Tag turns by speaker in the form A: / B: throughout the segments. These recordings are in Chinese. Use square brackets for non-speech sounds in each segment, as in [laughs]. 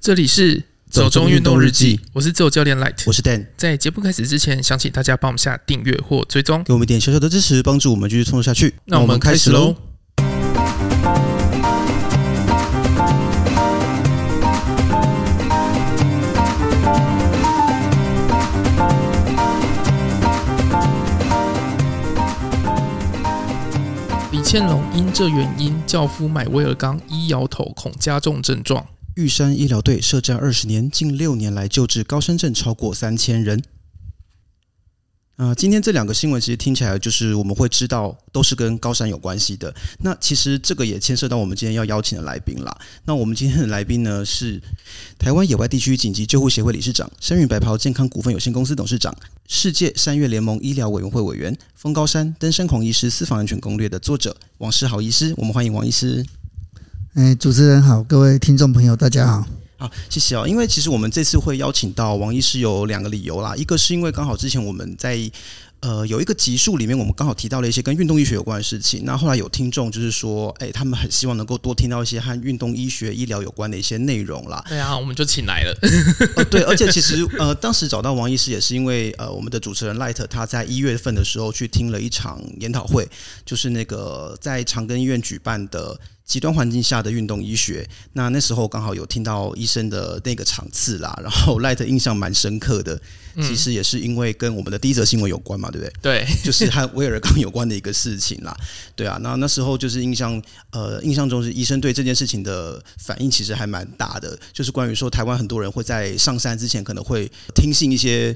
A: 这里是走中运动日记
B: 走中运动日记，
A: 我是自由教练 Light
B: 我。是 Dan，
A: 在节目开始之前，想请大家帮我们下订阅或追踪。
B: 给我们一点小小的支持，帮助我们继续冲下去。
A: 那我们开始喽。。李乾隆因这原因，教夫买威尔刚，医摇头，恐加重症状。
B: 玉山医疗队设站二十年，近六年来救治高山症超过三千人。啊、今天这两个新闻其实听起来就是我们会知道都是跟高山有关系的。那其实这个也牵涉到我们今天要邀请的来宾啦。那我们今天的来宾呢是台湾野外地区紧急救护协会理事长、山云白袍健康股份有限公司董事长、世界山岳联盟医疗委员会委员、峰高山登山狂医师私房安全攻略的作者王世豪医师。我们欢迎王医师。
C: 哎，主持人好，各位听众朋友，大家好。
B: 好，谢谢哦。因为其实我们这次会邀请到王医师有两个理由啦，一个是因为刚好之前我们在呃有一个集数里面，我们刚好提到了一些跟运动医学有关的事情。那后来有听众就是说，哎，他们很希望能够多听到一些和运动医学医疗有关的一些内容啦。
A: 对啊，我们就请来了。
B: 呃，对，而且其实呃，当时找到王医师也是因为呃，我们的主持人 Light 他在一月份的时候去听了一场研讨会，就是那个在长庚医院举办的极端环境下的运动医学。那那时候刚好有听到医生的那个场次啦，然后 Light 印象蛮深刻的，
A: 嗯
B: 其实也是因为跟我们的第一则新闻有关嘛，对不对？
A: 对，
B: 就是和威尔刚有关的一个事情啦，对啊，那那时候就是印象，呃，印象中是医生对这件事情的反应其实还蛮大的，就是关于说台湾很多人会在上山之前可能会听信一些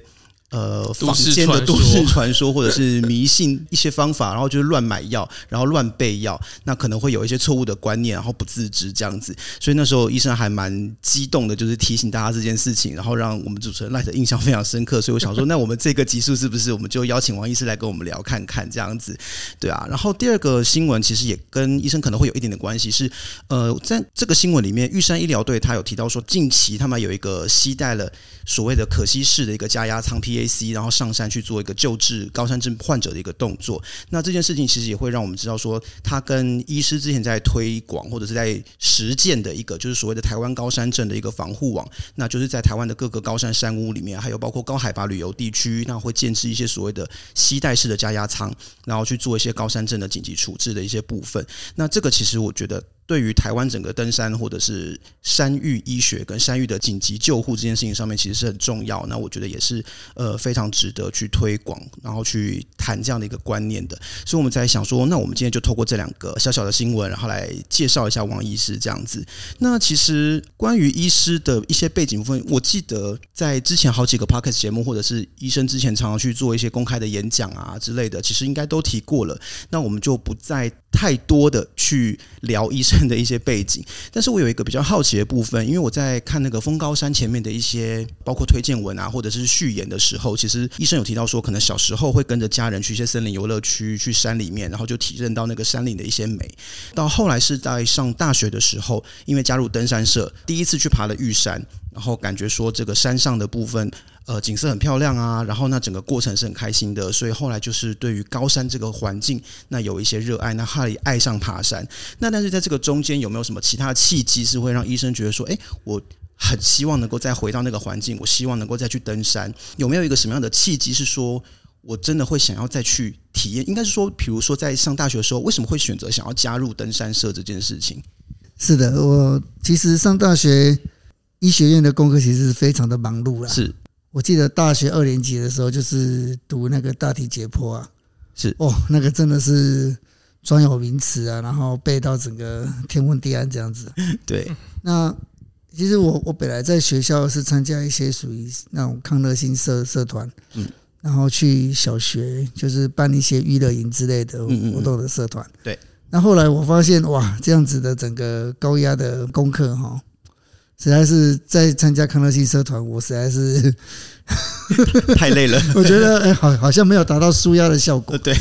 B: 呃
A: 都
B: 坊
A: 市
B: 间的
A: 传
B: 都
A: 说
B: 市传说或者是迷信一些方法，然后就是乱买药，然后乱备药，那可能会有一些错误的观念，然后不自知这样子，所以那时候医生还蛮激动的，就是提醒大家这件事情，然后让我们主持人赖的印象非常深刻。所以我想说，那我们这个集数是不是我们就邀请王医师来跟我们聊看看这样子？对啊。然后第二个新闻其实也跟医生可能会有一点点关系，是呃，在这个新闻里面，玉山医疗队他有提到说，近期他们有一个携带了所谓的可吸式的一个加压舱 PAC，然后上山去做一个救治高山症患者的一个动作。那这件事情其实也会让我们知道说，它跟医师之前在推广或者是在实践的一个，就是所谓的台湾高山症的一个防护网，那就是在台湾的各个高山山屋里面，还有包括高海拔旅游地区，那会建置一些所谓的吸带式的加压舱，然后去做一些高山症的紧急处置的一些部分。那这个其实我觉得。对于台湾整个登山或者是山域医学跟山域的紧急救护这件事情上面，其实是很重要。那我觉得也是呃非常值得去推广，然后去谈这样的一个观念的。所以我们才想说，那我们今天就透过这两个小小的新闻，然后来介绍一下王医师这样子。那其实关于医师的一些背景部分，我记得在之前好几个 podcast 节目，或者是医生之前常常去做一些公开的演讲啊之类的，其实应该都提过了。那我们就不再太多的去聊医生的一些背景。但是我有一个比较好奇的部分，因为我在看那个峰高山前面的一些包括推荐文啊，或者是序言的时候，其实医生有提到说，可能小时候会跟着家人去一些森林游乐区，去山里面，然后就体认到那个山林的一些美。到后来是在上大学的时候，因为加入登山社，第一次去爬了玉山，然后感觉说这个山上的部分。呃，景色很漂亮啊，然后那整个过程是很开心的，所以后来就是对于高山这个环境，那有一些热爱，那哈利爱上爬山。那但是在这个中间有没有什么其他的契机是会让医生觉得说，哎，我很希望能够再回到那个环境，我希望能够再去登山？有没有一个什么样的契机是说我真的会想要再去体验？应该是说，比如说在上大学的时候，为什么会选择想要加入登山社这件事情？
C: 是的，我其实上大学医学院的功课其实是非常的忙碌啦。
B: 是
C: 我记得大学二年级的时候，就是读那个大体解剖啊，
B: 是
C: 哦，那个真的是专有名词啊，然后背到整个天昏地暗这样子。
B: 对，
C: 那其实我我本来在学校是参加一些属于那种抗热性社社团，
B: 嗯，
C: 然后去小学就是办一些娱乐营之类的
B: 嗯嗯
C: 活动的社团，
B: 对。
C: 那后来我发现哇，这样子的整个高压的功课哈，实在是在参加抗热性社团，我实在是 [laughs]
B: 太累了，
C: 我觉得哎、好好像没有达到舒压的效
B: 呃，[laughs]
C: 果。
B: 对，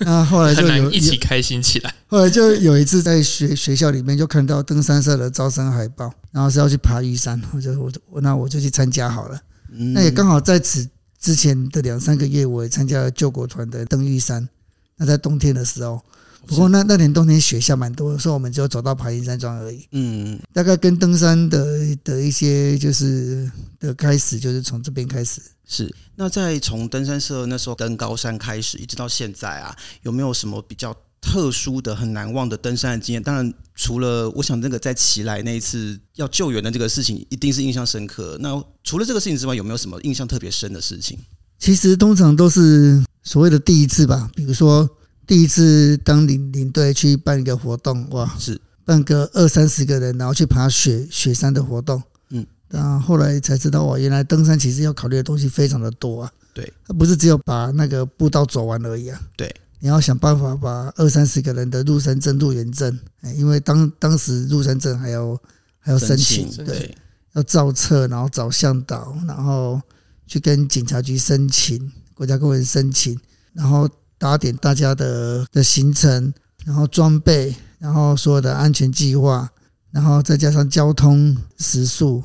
C: 那后来
A: 很
C: 就有
A: 难一起
C: 有
A: 开心起来。
C: 后来就有一次在学学校里面就看到登山社的招生海报，然后是要去爬玉山，我就我就我那我就去参加好了。
B: 嗯
C: 那也刚好在此之前的两三个月，我也参加了救国团的登玉山。那在冬天的时候，不过那那年冬天雪下蛮多的，所以我们只有走到爬行山庄而已。
B: 嗯，
C: 大概跟登山的的一些就是的开始，就是从这边开始。
B: 是。那在从登山社那时候登高山开始，一直到现在啊，有没有什么比较特殊的、很难忘的登山的经验？当然，除了我想那个在奇来那一次要救援的这个事情，一定是印象深刻。那除了这个事情之外，有没有什么印象特别深的事情？
C: 其实通常都是所谓的第一次吧，比如说第一次当领领队去办一个活动，哇，
B: 是
C: 办个二三十个人，然后去爬雪雪山的活动，
B: 嗯，
C: 然后后来才知道哇，原来登山其实要考虑的东西非常的多啊，
B: 对，
C: 它不是只有把那个步道走完而已啊，
B: 对，
C: 你要想办法把二三十个人的入山证、入园证，哎因为当当时入山证还要还要申请，
A: 申请
C: 对，
B: 啊对，
C: 要造册，然后找向导，然后去跟警察局申请、国家公园申请，然后打点大家的的行程，然后装备，然后所有的安全计划，然后再加上交通时速。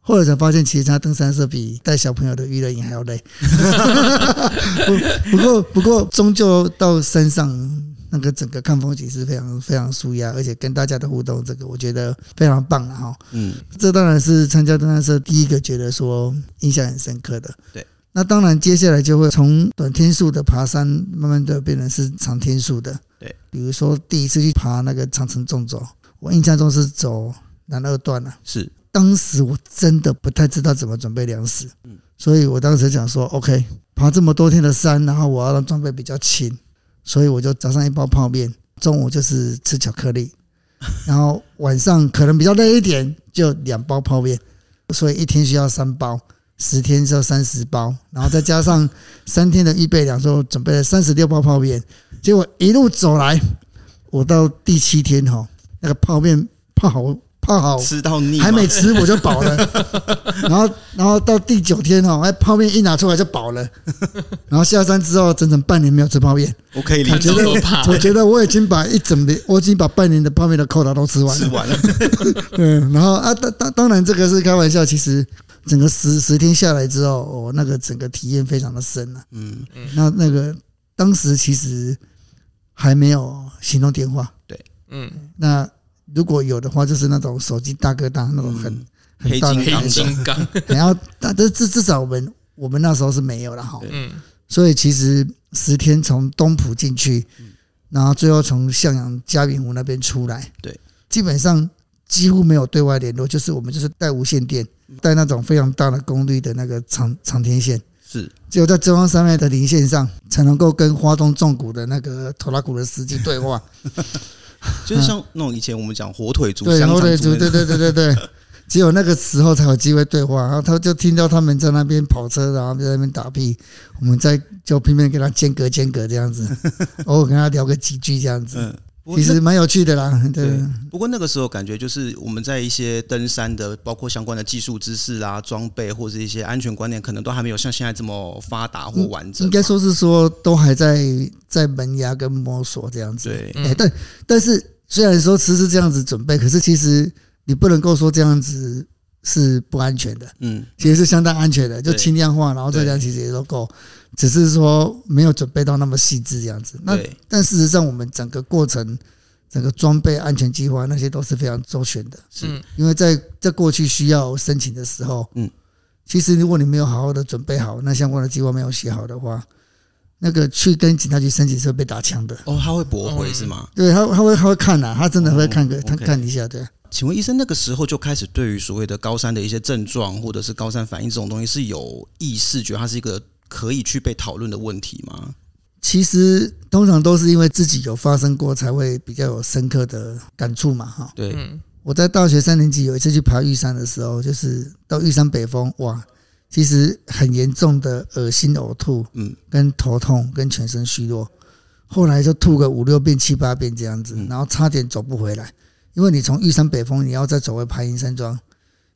C: 后来才发现，其实他登山是比带小朋友的娱乐营还要累。 [laughs] 不不过不过，终究到山上那个整个看风景是非常非常舒压，而且跟大家的互动，这个我觉得非常棒了哈。
B: 嗯，
C: 这当然是参加登山社第一个觉得说印象很深刻的。
B: 对，
C: 那当然接下来就会从短天数的爬山，慢慢的变成是长天数的。
B: 对，
C: 比如说第一次去爬那个长城纵走，我印象中是走南二段啊，
B: 是
C: 当时我真的不太知道怎么准备粮食，所以我当时想说，OK，爬这么多天的山，然后我要让装备比较轻，所以我就早上一包泡面，中午就是吃巧克力，然后晚上可能比较累一点，就两包泡面，所以一天需要三包，十天就三十包，然后再加上三天的预备粮，所以我准备了三十六包泡面，结果一路走来，我到第七天哈，那个泡面泡好泡好
B: 吃到腻吗，
C: 还没吃我就饱
B: [laughs]
C: 了，然后然后到第九天哦，哎，泡面一拿出来就饱
B: [laughs]
C: 了，然后下山之后整整半年没有吃泡面，
B: 我可以理
A: 看
B: 解
A: 这，
B: [laughs]
A: 么
B: 啊
A: 怕，
C: 我觉得我已经把一整年，我已经把半年的泡面的扣打都吃
B: [laughs]
C: 完
B: 吃
C: 了，
B: 完了，
C: 嗯，然后啊，当当当然这个是开玩笑，其实整个十十天下来之后，我、那个整个体验非常的深啊，
B: 嗯，
C: 那那个当时其实还没有行动电话，
A: 嗯，
C: 那如果有的话，就是那种手机大哥大那种很。
B: 嗯
C: 很大的
B: 黑
A: 黑
B: 金
A: 金
B: 刚的
A: 刚，
C: [laughs] 然后，但但至至少我们我们那时候是没有了哈。
A: 嗯，
C: 所以其实十天从东浦进去，然后最后从向阳嘉明湖那边出来，
B: 对，
C: 基本上几乎没有对外联络，就是我们就是带无线电，带那种非常大的功率的那个长长天线，
B: 是
C: 只有在中央山脉的林线上才能够跟花东纵谷的那个头拉谷的司机对话。
B: 就是像那种以前我们讲火腿族、
C: 对，
B: 香
C: 后
B: 肠
C: 对
B: 族
C: 族，
B: 那
C: 对
B: 种，
C: 对对对对，
B: [laughs]
C: 只有那个时候才有机会对话。然后他就听到他们在那边跑车，然后在那边打屁，我们在就拼命跟他间隔间隔这样
B: [laughs]
C: 子，偶尔跟他聊个几句这样子，
B: 嗯，不过
C: 其实蛮有趣的啦。对
B: 对，不过那个时候感觉就是我们在一些登山的，包括相关的技术知识啦、装备或者一些安全观念，可能都还没有像现在这么发达或完整嘛。
C: 应该说是说都还在在萌芽跟摸索这样子。
B: 对，
C: 哎、但但是虽然说迟迟这样子准备，可是其实你不能够说这样子是不安全的。
B: 嗯，
C: 其实是相当安全的，就
B: 对
C: 轻量化，然后
B: 对
C: 热量其实也都够，只是说没有准备到那么细致这样子。那
B: 对，
C: 但事实上，我们整个过程、整个装备安全计划那些都是非常周全的，
B: 是
C: 因为在在过去需要申请的时候，
B: 嗯，
C: 其实如果你没有好好的准备好，那相关的计划没有写好的话，那个去跟警察局申请是会被打枪的。
B: 哦，他会驳回是吗？
C: 对他，他会他会看的、他真的会看个、
B: 哦
C: 他
B: OK
C: 看一下，对。
B: 请问医生，那个时候就开始对于所谓的高山的一些症状或者是高山反应这种东西是有意识，觉得它是一个可以去被讨论的问题吗？
C: 其实通常都是因为自己有发生过，才会比较有深刻的感触嘛，哈。
B: 对，
A: 嗯，
C: 我在大学三年级有一次去爬玉山的时候，就是到玉山北峰，哇，其实很严重的恶心、呕吐，
B: 嗯，
C: 跟头痛，跟全身虚弱。后来就吐个五六遍、七八遍这样子，然后差点走不回来，因为你从玉山北峰，你要再走回爬云山庄，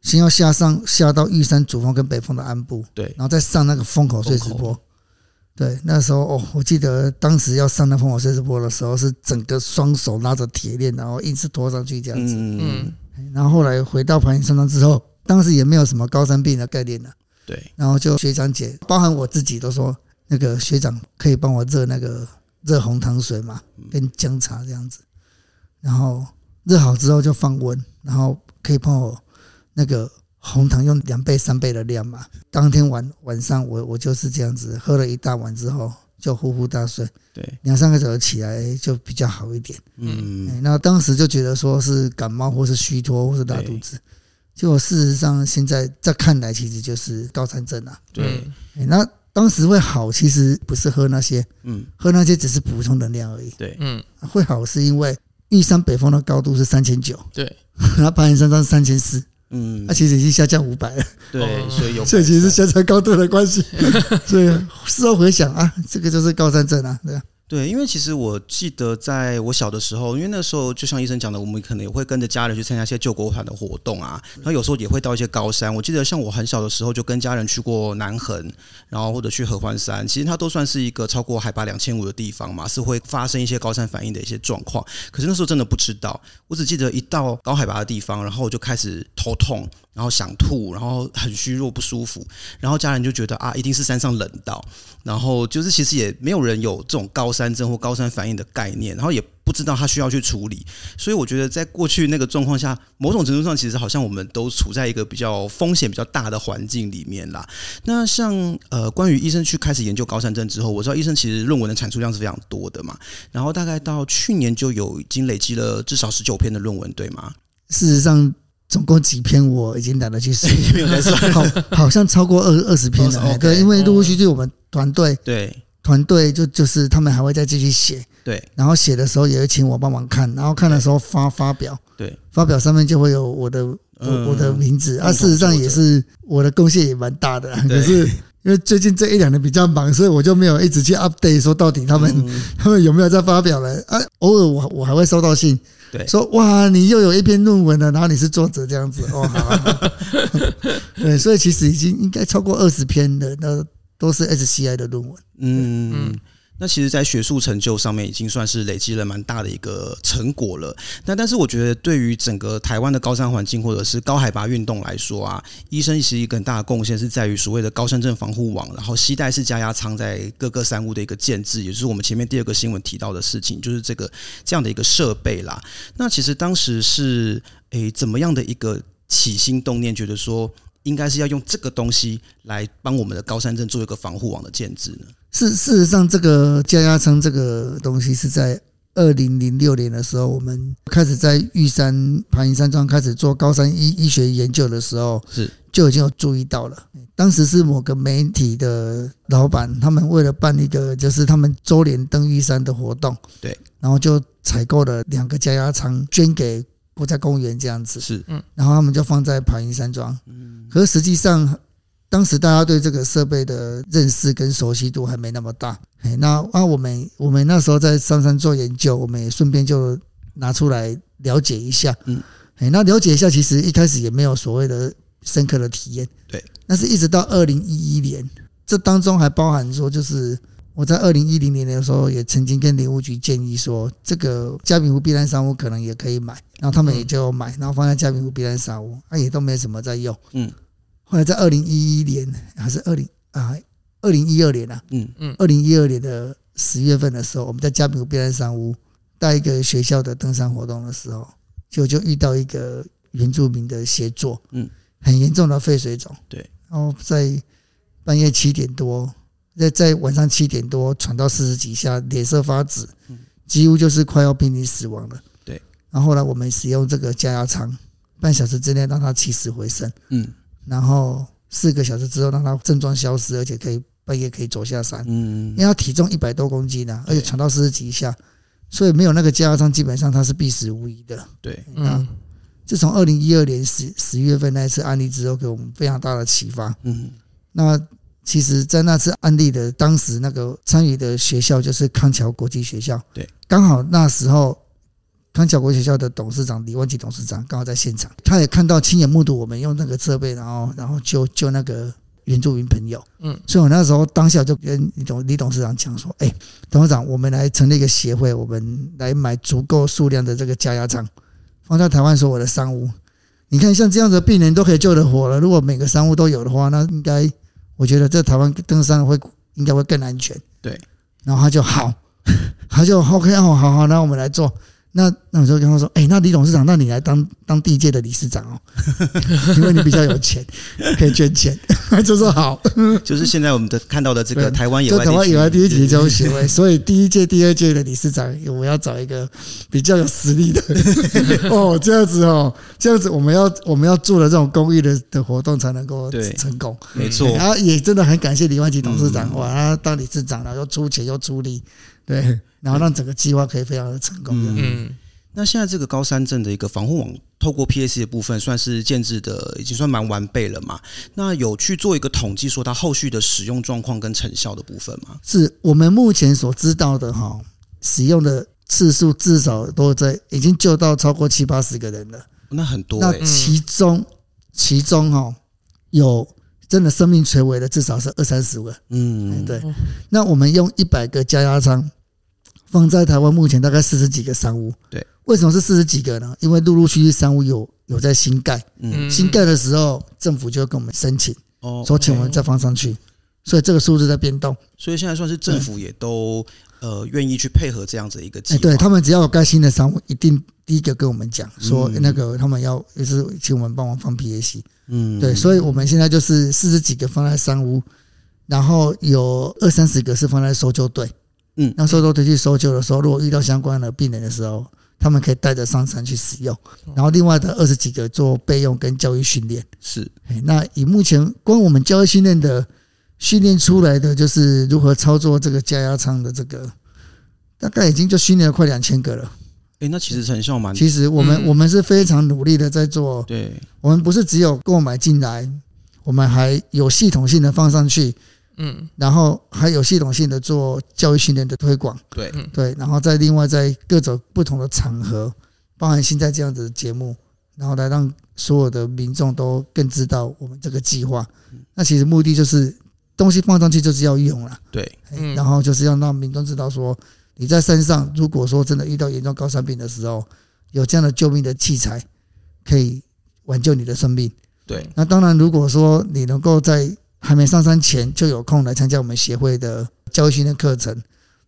C: 先要下上下到玉山主峰跟北峰的鞍部，
B: 对
C: 然后再上那个风口碎石
B: 风
C: 坡。对，那时候哦，我记得当时要上那风口碎石坡的时候，是整个双手拉着铁链，然后硬是拖上去这样子。
B: 嗯
A: 嗯，
C: 然后后来回到盘山庄之后，当时也没有什么高山病的概念啊了，
B: 对，
C: 然后就学长姐，包含我自己都说，那个学长可以帮我热那个热红糖水嘛，跟姜茶这样子，然后热好之后就放温，然后可以帮我那个红糖用两倍三倍的量嘛。当天晚晚上我我就是这样子喝了一大碗之后就呼呼大睡，
B: 对，
C: 两三个小时起来就比较好一点。
B: 嗯，
C: 哎，那当时就觉得说是感冒或是虚脱或是拉肚子，结果事实上现在再看来其实就是高山症啊。
B: 对，
A: 嗯
C: 哎那当时会好，其实不是喝那些，
B: 嗯，
C: 喝那些只是补充能量而已。
B: 对，
A: 嗯，
C: 会好是因为玉山北峰的高度是三千九， [laughs]
A: 对，
C: 然后盘山山三千四，
B: 嗯
C: 那，其实已经下降五百了，
B: 对，所以有改善，
C: 所以其实是下降高度的
B: [laughs]
C: 关系。所以事后回想啊，这个就是高山症啊，对啊，
B: 对，因为其实我记得在我小的时候，因为那时候就像医生讲的，我们可能也会跟着家人去参加一些救国团的活动啊，然后有时候也会到一些高山。我记得像我很小的时候就跟家人去过南横，然后或者去合欢山，其实它都算是一个超过海拔两千五的地方嘛，是会发生一些高山反应的一些状况。可是那时候真的不知道，我只记得一到高海拔的地方，然后我就开始头痛，然后想吐，然后很虚弱不舒服，然后家人就觉得啊，一定是山上冷到，然后就是其实也没有人有这种高山症或高山反应的概念，然后也不知道他需要去处理，所以我觉得在过去那个状况下，某种程度上其实好像我们都处在一个比较风险比较大的环境里面啦。那像呃，关于医生去开始研究高山症之后，我知道医生其实论文的产出量是非常多的嘛，然后大概到去年就有已经累积了至少十九篇的论文，对吗？ [laughs]
C: 事实上。总共几篇我已经懒得
B: [laughs]
C: 去数，
B: 没有在算，
C: 好，好像超过二二十篇
B: 20
C: 了。哎对，
B: 哦，OK，
C: 因为陆陆续续我们团队
B: 对
C: 团队就就是他们还会再继续写，
B: 对
C: 然后写的时候也会请我帮忙看，然后看的时候发发表，
B: 对，
C: 发表上面就会有我的我、
B: 嗯
C: 我的名字啊。
B: 共同
C: 事实上
B: 作者
C: 也是我的贡献也蛮大的啊，
B: 对
C: 可是因为最近这一两年比较忙，所以我就没有一直去 update 说到底他们、
B: 嗯
C: [laughs] 他们有没有在发表了啊。偶尔我我还会收到信，
B: 对
C: 说哇你又有一篇论文了，然后你是作者这样子哦，好
B: [laughs]
C: 好好对，所以其实已经应该超过二十篇的，那都是 SCI 的论文。
B: 嗯
A: 嗯，
B: 那其实，在学术成就上面已经算是累积了蛮大的一个成果了。那但是，我觉得对于整个台湾的高山环境或者是高海拔运动来说啊，医生其实一个很大的贡献是在于所谓的高山症防护网，然后西带式加压仓在各个山屋的一个建制，也就是我们前面第二个新闻提到的事情，就是这个这样的一个设备啦。那其实当时是诶怎么样的一个起心动念，觉得说应该是要用这个东西来帮我们的高山症做一个防护网的建制呢？
C: 事事实上，这个加压仓这个东西是在二零零六年的时候，我们开始在玉山盘云山庄开始做高山医医学研究的时候，
B: 是
C: 就已经有注意到了。当时是某个媒体的老板，他们为了办一个就是他们周年登玉山的活动，
B: 对，
C: 然后就采购了两个加压仓，捐给国家公园这嗯样子。
B: 是，
C: 然后他们就放在盘云山庄。可是实际上，当时大家对这个设备的认识跟熟悉度还没那么大。哎，那啊，我们我们那时候在上山做研究，我们也顺便就拿出来了解一下。
B: 嗯，
C: 哎，那了解一下，其实一开始也没有所谓的深刻的体验。
B: 对，
C: 那是一直到二零一一年，这当中还包含说就是。我在二零一零年的时候也曾经跟林务局建议说，这个嘉明湖避难山屋可能也可以买，然后他们
B: 嗯
C: 也就买，然后放在嘉明湖避难山屋，啊也都没什么在用。
B: 嗯，
C: 后来在二零一一年还是二零啊二零一二年啊，
B: 嗯
C: 二零一二年的十月份的时候，我们在嘉明湖避难山屋带一个学校的登山活动的时候，就就遇到一个原住民的协作，
B: 嗯，
C: 很严重的肺水肿，
B: 对，
C: 然后在半夜七点多，在在晚上七点多喘到四十几下，脸色发紫，几乎就是快要濒临死亡了。
B: 嗯对，
C: 然后后来我们使用这个加压舱，半小时之内让他起死回生，
B: 嗯
C: 然后四个小时之后让他症状消失，而且可以半夜可以走下山。
B: 嗯
C: 因为他体重一百多公斤呢、啊而且
B: 对
C: 传到四十几下，所以没有那个加压舱，基本上他是必死无疑的。
B: 对，
C: 那
A: 嗯
C: 自从二零一二年十十月份那一次案例之后，给我们非常大的启发。
B: 嗯
C: 那其实，在那次案例的当时那个参与的学校就是康桥国际学校，
B: 对，
C: 刚好那时候康桥国际学校的董事长李万吉董事长刚好在现场，他也看到亲眼目睹我们用那个设备，然后然后救救那个原住民朋友，
A: 嗯，
C: 所以我那时候当下就跟李董李董事长讲说，哎、董事长，我们来成立一个协会，我们来买足够数量的这个加压仓，放在台湾所有的商务。你看，像这样的病人都可以救得活了。如果每个商务都有的话，那应该我觉得在台湾登山会应该会更安全。
B: 对，
C: 然后他就好， [laughs] 他就 OK 哦，好好，那我们来做。那那我就跟他说，哎、那李董事长，那你来当当地界的理事长
B: [laughs]
C: 哦，因为你比较有钱，可以捐钱。 [laughs] 他就说好，
B: 就是现在我们的看到的这个
C: 对
B: 台湾野
C: 就
B: 外
C: 台湾野外第一
B: 地区
C: 级教育协会，所以第一届、第二届的理事长，我要找一个比较有实
B: [laughs]
C: 力的哦，这样子哦，这样子我们要我们要做的这种公益的的活动才能够
B: 对
C: 成功。
B: 没错
C: 然，后也真的很感谢李万吉董事长，哇，他当理事长，然后又出钱又出力，对，然后让整个计划可以非常的成功。
B: 嗯
A: 嗯，
B: 那现在这个高山镇的一个防护网，透过 PAC 的部分，算是建制的已经算蛮完备了嘛？那有去做一个统计，说它后续的使用状况跟成效的部分吗？
C: 是我们目前所知道的哈，使用的次数至少都在已经救到超过七八十个人了。
B: 那很多、
C: 那
B: 欸，
C: 其中其中哈有真的生命垂危的，至少是二三十个。
B: 嗯，
C: 哎对，那我们用一百个加压仓放在台湾目前大概四十几个山屋。
B: 对，
C: 为什么是四十几个呢？因为陆陆续续山屋有有在新盖。
B: 嗯，
A: 嗯
C: 新盖的时候，政府就会跟我们申请，
B: 哦，
C: 说请我们再放上去，所以这个数字在变动。
B: 所以现在算是政府也都呃愿意去配合这样子一个计
C: 哎，
B: 划，
C: 嗯对他们只要有盖新的商务，一定第一个跟我们讲说
B: 嗯
C: 那个他们要就是请我们帮忙放 PAC。
B: 嗯，
C: 对，所以我们现在就是四十几个放在商务，然后有二三十个是放在搜救队。
B: 嗯
C: 那搜救队去搜救的时候，如果遇到相关的病人的时候，他们可以带着上山去使用，然后另外的二十几个做备用跟教育训练。
B: 是
C: 哎，那以目前光我们教育训练的训练出来的，就是如何操作这个加压仓的这个，大概已经就训练了快两千个了。
B: 哎、那其实成效蛮
C: 其实我们、
A: 嗯
C: 我们是非常努力的在做，
B: 对，
C: 我们不是只有购买进来，我们还有系统性的放上去，
A: 嗯，
C: 然后还有系统性的做教育训练的推广，
B: 对
C: 对，然后再另外在各种不同的场合，包含现在这样子的节目，然后来让所有的民众都更知道我们这个计划。那其实目的就是东西放上去就是要用了，
B: 对，
A: 嗯
C: 然后就是要让民众知道说，你在山上如果说真的遇到严重高山病的时候，有这样的救命的器材可以挽救你的生命。
B: 对，
C: 那当然，如果说你能够在还没上山前就有空来参加我们协会的教育训练课程，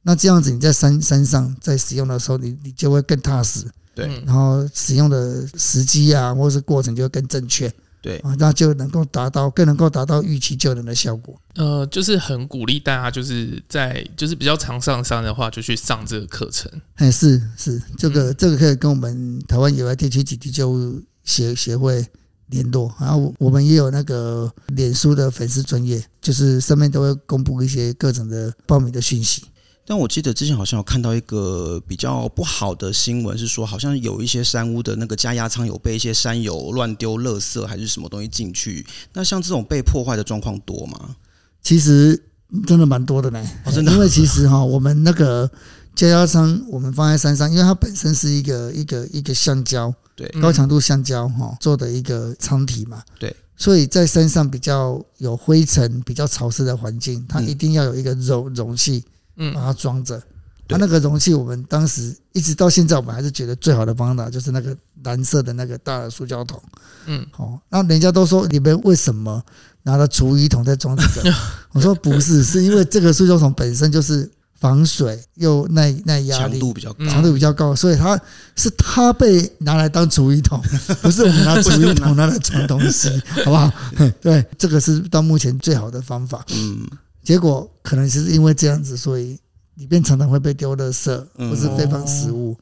C: 那这样子你在山山上在使用的时候，你你就会更踏实，
B: 对
A: 嗯
C: 然后使用的时机啊，或是过程就会更正确，
B: 对
C: 啊，那就能够达到更能够达到预期救人的效果。
A: 呃，就是很鼓励大家，就是在就是比较常上山的话，就去上这个课程。
C: 哎，是是，这
B: 嗯
C: 个这个可以跟我们台湾野外地区紧急救护协协会联络，然后我我们也有那个脸书的粉丝专业，就是上面都会公布一些各种的报名的讯息。
B: 但我记得之前好像有看到一个比较不好的新闻，是说好像有一些山屋的那个加压仓有被一些山友乱丢垃圾还是什么东西进去。那像这种被破坏的状况多吗？
C: 其实真的蛮多的呢，
B: 哦真的
C: 因为其实哈，我们那个加压仓我们放在山上，因为它本身是一个一个一个橡胶，
B: 对
A: 嗯
C: 高强度橡胶哈做的一个舱体嘛，
B: 对，
C: 所以在山上比较有灰尘、比较潮湿的环境，它
B: 嗯
C: 一定要有一个容容器把
A: 嗯
C: 它装着。
B: 对
C: 它那个容器，我们当时一直到现在，我们还是觉得最好的方法就是那个蓝色的那个大的塑胶桶。
A: 嗯，
C: 哦，那人家都说你们为什么拿了厨余桶在装这个？ [laughs] 我说不是，是因为这个塑胶桶本身就是防水又耐耐压
B: 强
C: 力。
B: 度比较高，
C: 强度比较高，所以它是它被拿来当厨余桶，不是我们拿厨余桶拿来装东西，好不好？ [laughs] 对，这个是到目前最好的方法。
B: 嗯，
C: 结果可能是因为这样子，所以里面常常会被丢垃圾或是堆放食物。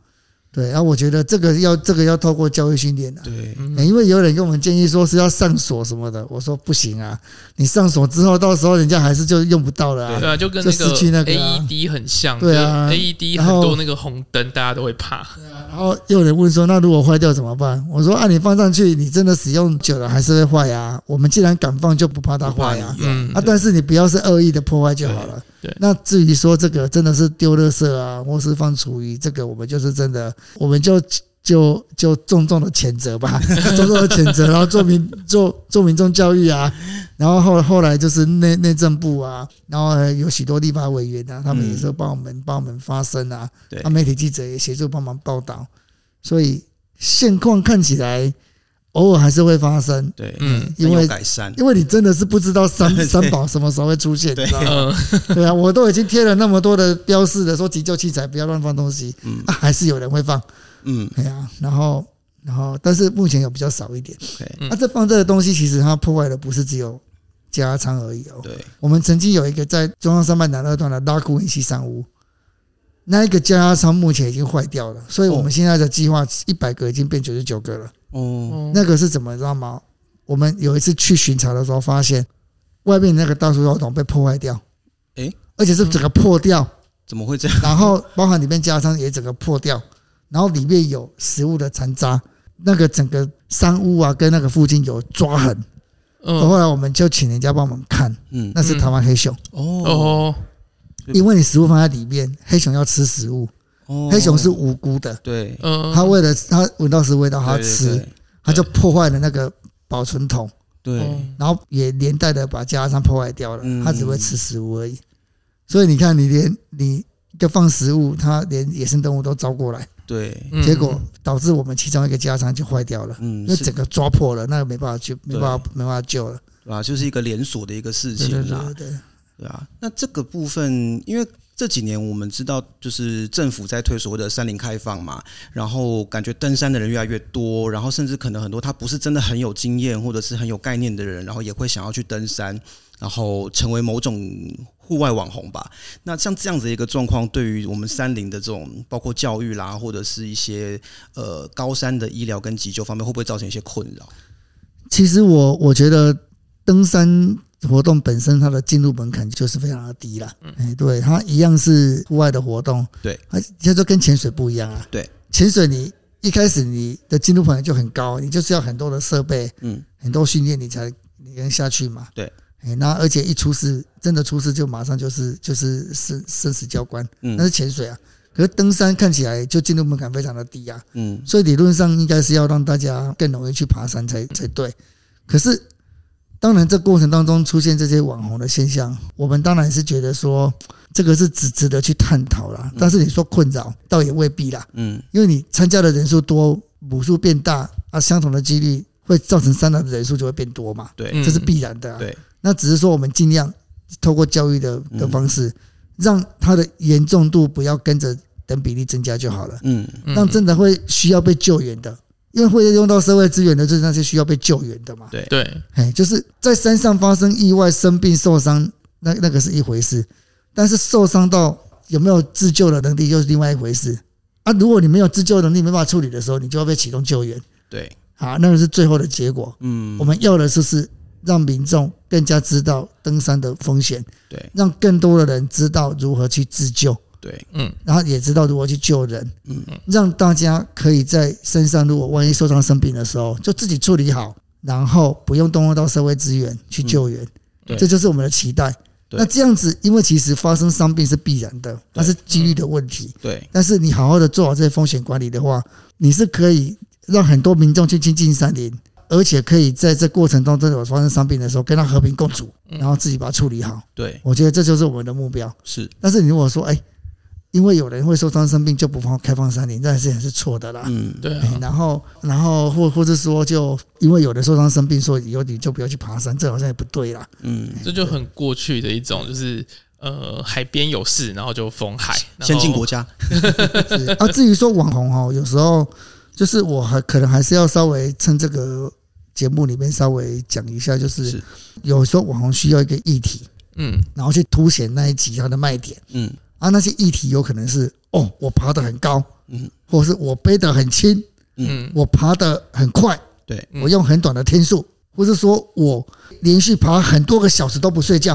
C: 对，然后我觉得这个要这个要透过教育训练的、
B: 对，
A: 嗯
C: 欸因为有人跟我们建议说是要上锁什么的，我说不行啊，你上锁之后，到时候人家还是就用不到了啊。
A: 对啊，就跟
C: 就
A: 那
C: 失去那
A: 个
C: 个啊
A: AED 很像，
C: 对啊
A: 就是，AED
C: 然
A: 很
C: 后
A: 多那个红灯，大家都会怕。
C: 啊然后又有人问说，那如果坏掉怎么办？我说啊，你放上去，你真的使用久了还是会坏呀、我们既然敢放，就不怕它坏呀、
A: 嗯
C: 啊，但是你不要是恶意的破坏就好了。
A: 对对
C: 那至于说这个真的是丢垃圾啊，或是放厨余，这个我们就是真的，我们就就就重重的谴责
A: [laughs]
C: 吧，重重的谴责，然后做民做做民众教育啊，然后后后来就是内内政部啊，然后呃有许多立法委员啊，他们也是帮我
A: 嗯
C: 们、帮我们发声啊，
B: 对
C: 啊，媒体记者也协助帮忙报道，所以现况看起来。偶尔还是会发生，
B: 对，
A: 嗯
C: 因
B: 因为
C: 为
B: 改善，
C: 因为你真的是不知
B: [laughs]
C: 道三三宝什么时候会出现，你知道吗？
A: 呃，
C: [laughs] 对啊，我都已经贴了那么多的标示的，说急救器材不要乱放东西，
B: 嗯
C: 啊还是有人会放，
B: 嗯，
C: 哎呀、然后然后但是目前有比较少一点。
B: 对
A: 嗯
C: 那、这放这个东西，其实它破坏的不是只有加仓而已哦。
B: 对，
C: 我们曾经有一个在中央山脉南二段的拉库文西山屋，那一个加压仓目前已经坏掉了，所以我们现在的计划一百个已经变九十九个了。
B: 哦，
A: 哦
C: 那个是怎么知道吗？我们有一次去巡查的时候，发现外面那个大树药桶被破坏掉，
B: 诶嗯
C: 而且是整个破掉，
B: 怎么会这样？
C: 然后包含里面加仓也整个破掉，然后里面有食物的残渣，那个整个山屋啊跟那个附近有抓痕。
A: 嗯
C: 后来我们就请人家帮我们看，
B: 嗯，
C: 那是台湾黑熊，
B: 哦
A: 哦，
C: 因为你食物放在里面，黑熊要吃食物，
B: 哦
C: 黑熊是无辜的，
B: 对，
A: 嗯，
C: 它为了它闻到食物味道，它要
B: 对
C: 吃，，它就破坏了那个保存桶。
B: 对对，
A: 哦
B: 对
C: 然后也连带的把加上破坏掉了，
B: 嗯
C: 它只会吃食物而已。所以你看，你连你一个放食物，它连野生动物都招过来，
B: 对，
A: 嗯
C: 结果导致我们其中一个加仓就坏掉了，
B: 嗯，
C: 那
B: 是
C: 整个抓破了，那个没办法救，没办法没办法救了。
B: 啊，就是一个连锁的一个事
C: 对
B: 情
C: 对
B: 啦
C: 对，对，
B: 对啊，那这个部分，因为这几年我们知道，就是政府在推所谓的山林开放嘛，然后感觉登山的人越来越多，然后甚至可能很多他不是真的很有经验或者是很有概念的人，然后也会想要去登山，然后成为某种户外网红吧。那像这样子的一个状况，对于我们山林的这种包括教育啦，或者是一些呃高山的医疗跟急救方面，会不会造成一些困扰？
C: 其实我我觉得登山活动本身它的进入门槛就是非常的低了。哎，对，它一样是户外的活动，
B: 嗯对，
C: 它它就跟潜水不一样啊。
B: 对，
C: 潜水你一开始你的进入门槛就很高，你就是要很多的设备，
B: 嗯，
C: 很多训练你才你能下去嘛。
B: 对
C: 哎，那而且一出事，真的出事就马上就是就是生生死交关，
B: 嗯
C: 那是潜水啊。可是登山看起来就进入门槛非常的低啊，
B: 嗯
C: 所以理论上应该是要让大家更容易去爬山才才对。可是，当然这过程当中出现这些网红的现象，我们当然是觉得说这个是值值得去探讨啦。但是你说困扰，倒也未必啦。
B: 嗯
C: 因为你参加的人数多，母数变大啊，相同的几率会造成三难的人数就会变多嘛，
B: 对
A: 嗯
C: 这是必然的、啊。
B: 对，
C: 那只是说我们尽量透过教育的的
B: 嗯
C: 方式，让它的严重度不要跟着等比例增加就好了，
B: 嗯
A: 嗯
C: 让真的会需要被救援的。因为会用到社会资源的，就是那些需要被救援的嘛。
B: 对
A: 嗯对，
C: 哎，就是在山上发生意外、生病、受伤，那那个是一回事，但是受伤到有没有自救的能力又是另外一回事啊。如果你没有自救能力，没办法处理的时候，你就要被启动救援
B: 对，
C: 啊，那个是最后的结果。
B: 嗯
C: 我们要的就是让民众更加知道登山的风险，
B: 对
C: 让更多的人知道如何去自救，
B: 对
A: 嗯
C: 然后也知道如何去救人，
B: 嗯
C: 让大家可以在身上，如果万一受伤生病的时候，就自己处理好，然后不用动用到社会资源去救援，
B: 嗯对
C: 这就是我们的期待。
B: 对
C: 那这样子，因为其实发生伤病是必然的，它是几率的问题。
B: 对
C: 但是你好好的做好这些风险管理的话，你是可以让很多民众去亲近山林，而且可以在这过程当中有发生伤病的时候，跟他和平共处，
B: 嗯
C: 然后自己把它处理好。
B: 对
C: 我觉得这就是我们的目标。
B: 是。
C: 但是你如果说，哎、因为有人会受伤生病就不放开放山林，那是很是错的啦。
B: 嗯，
A: 对
C: 哎
A: 啊，
C: 然后，然后或或者说，就因为有人受伤生病，所以以后你就不要去爬山，这好像也不对啦。
B: 嗯，
A: 这就很过去的一种，就是呃，海边有事，然后就封海，然后
B: 先进国家，
C: 是啊，至于说网红哦，有时候就是我还可能还是要稍微趁这个节目里面稍微讲一下，就是
B: 是
C: 有时候网红需要一个议题，
A: 嗯
C: 然后去凸显那一集它的卖点
B: 嗯
C: 啊。那些议题有可能是哦，我爬得很高，
B: 嗯，
C: 或者是我背得很轻，
A: 嗯
C: 我爬得很快，
B: 对，
A: 嗯
C: 我用很短的天数，或是说我连续爬很多个小时都不睡觉，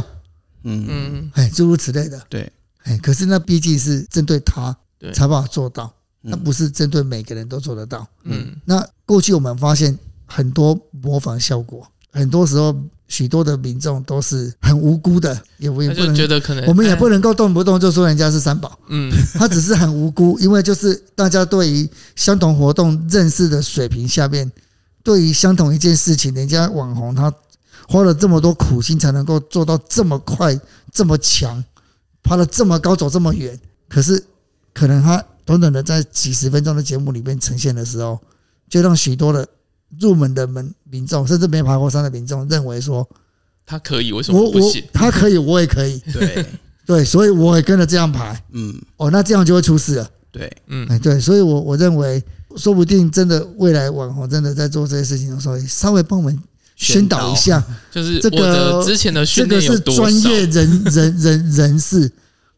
B: 嗯嗯，
A: 嗯，
C: 哎，诸如此类的。
B: 对，
C: 哎，可是那毕竟是针对他
A: 对
C: 才把它做到，那
B: 嗯
C: 不是针对每个人都做得到。
A: 嗯
C: 那过去我们发现很多模仿效果，很多时候许多的民众都是很无辜的，也我也
A: 他
C: 不
A: 就觉
C: 能，
A: 得可哎能
C: 我们也不能够动不动就说人家是三宝，
A: 嗯 [laughs]
C: 他只是很无辜，因为就是大家对于相同活动认识的水平下面，对于相同一件事情，人家网红他花了这么多苦心才能够做到这么快、这么强，爬了这么高、走这么远，可是可能他短短的在几十分钟的节目里面呈现的时候，就让许多的入门的门民众，甚至没爬过山的民众认为说，
A: 他可以，为什
C: 我
A: 么不
C: 我
A: 行？
C: 他可以，我也可以，
B: 对，
C: 对，所以我也跟着这样爬。
B: 嗯，
C: 哦，那这样就会出事了。
B: 对，
A: 嗯
C: 哎，对，所以我我认为，说不定真的未来网红真的在做这些事情的时候，稍微帮我们宣导一下，
A: 就是
C: 这
A: 我
C: 个
A: 的之前的
C: 这
A: 训
C: 个
A: 练有
C: 是
A: 多
C: 专
A: 少？
C: 业人
A: [laughs]
C: 人人人士，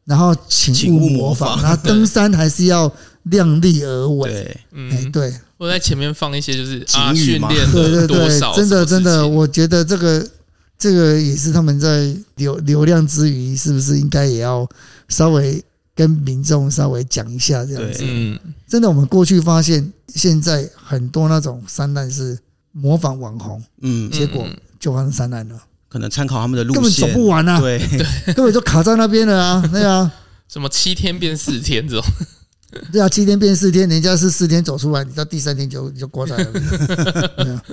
C: 然后请
B: 请
C: 勿
B: 勿
C: 模
B: 模
C: 仿，
B: 仿
C: 然后登山还是要量力而为。
B: 对，
C: 哎，
A: 嗯，
C: 对，
A: 我在前面放一些就是
B: 警
A: 啊，
B: 语
A: 训
B: 嘛
A: 练
C: 对对
A: 了多
C: 对
A: 少，，
C: 真
A: 什
C: 的
A: 么
C: 真
A: 事
C: 的，
A: 情
C: 我觉得这个这个也是他们在流流量之余，是不是应该也要稍微跟民众稍微讲一下这样子？
A: 嗯
C: 真的，我们过去发现，现在很多那种山难是模仿网红，
B: 嗯，
C: 结果
A: 嗯
C: 就发生山难了，
B: 可能参考他们的路
C: 根本走
B: 线，
C: 不完啊，
B: 对，
C: 根本就卡在那边
B: [laughs]
C: 了啊，对啊，
A: 什么七天变四天这种，
C: 对啊，七天变四天，人家是四天走出来，你到第三天就你就过来
B: [laughs]
C: 了，对啊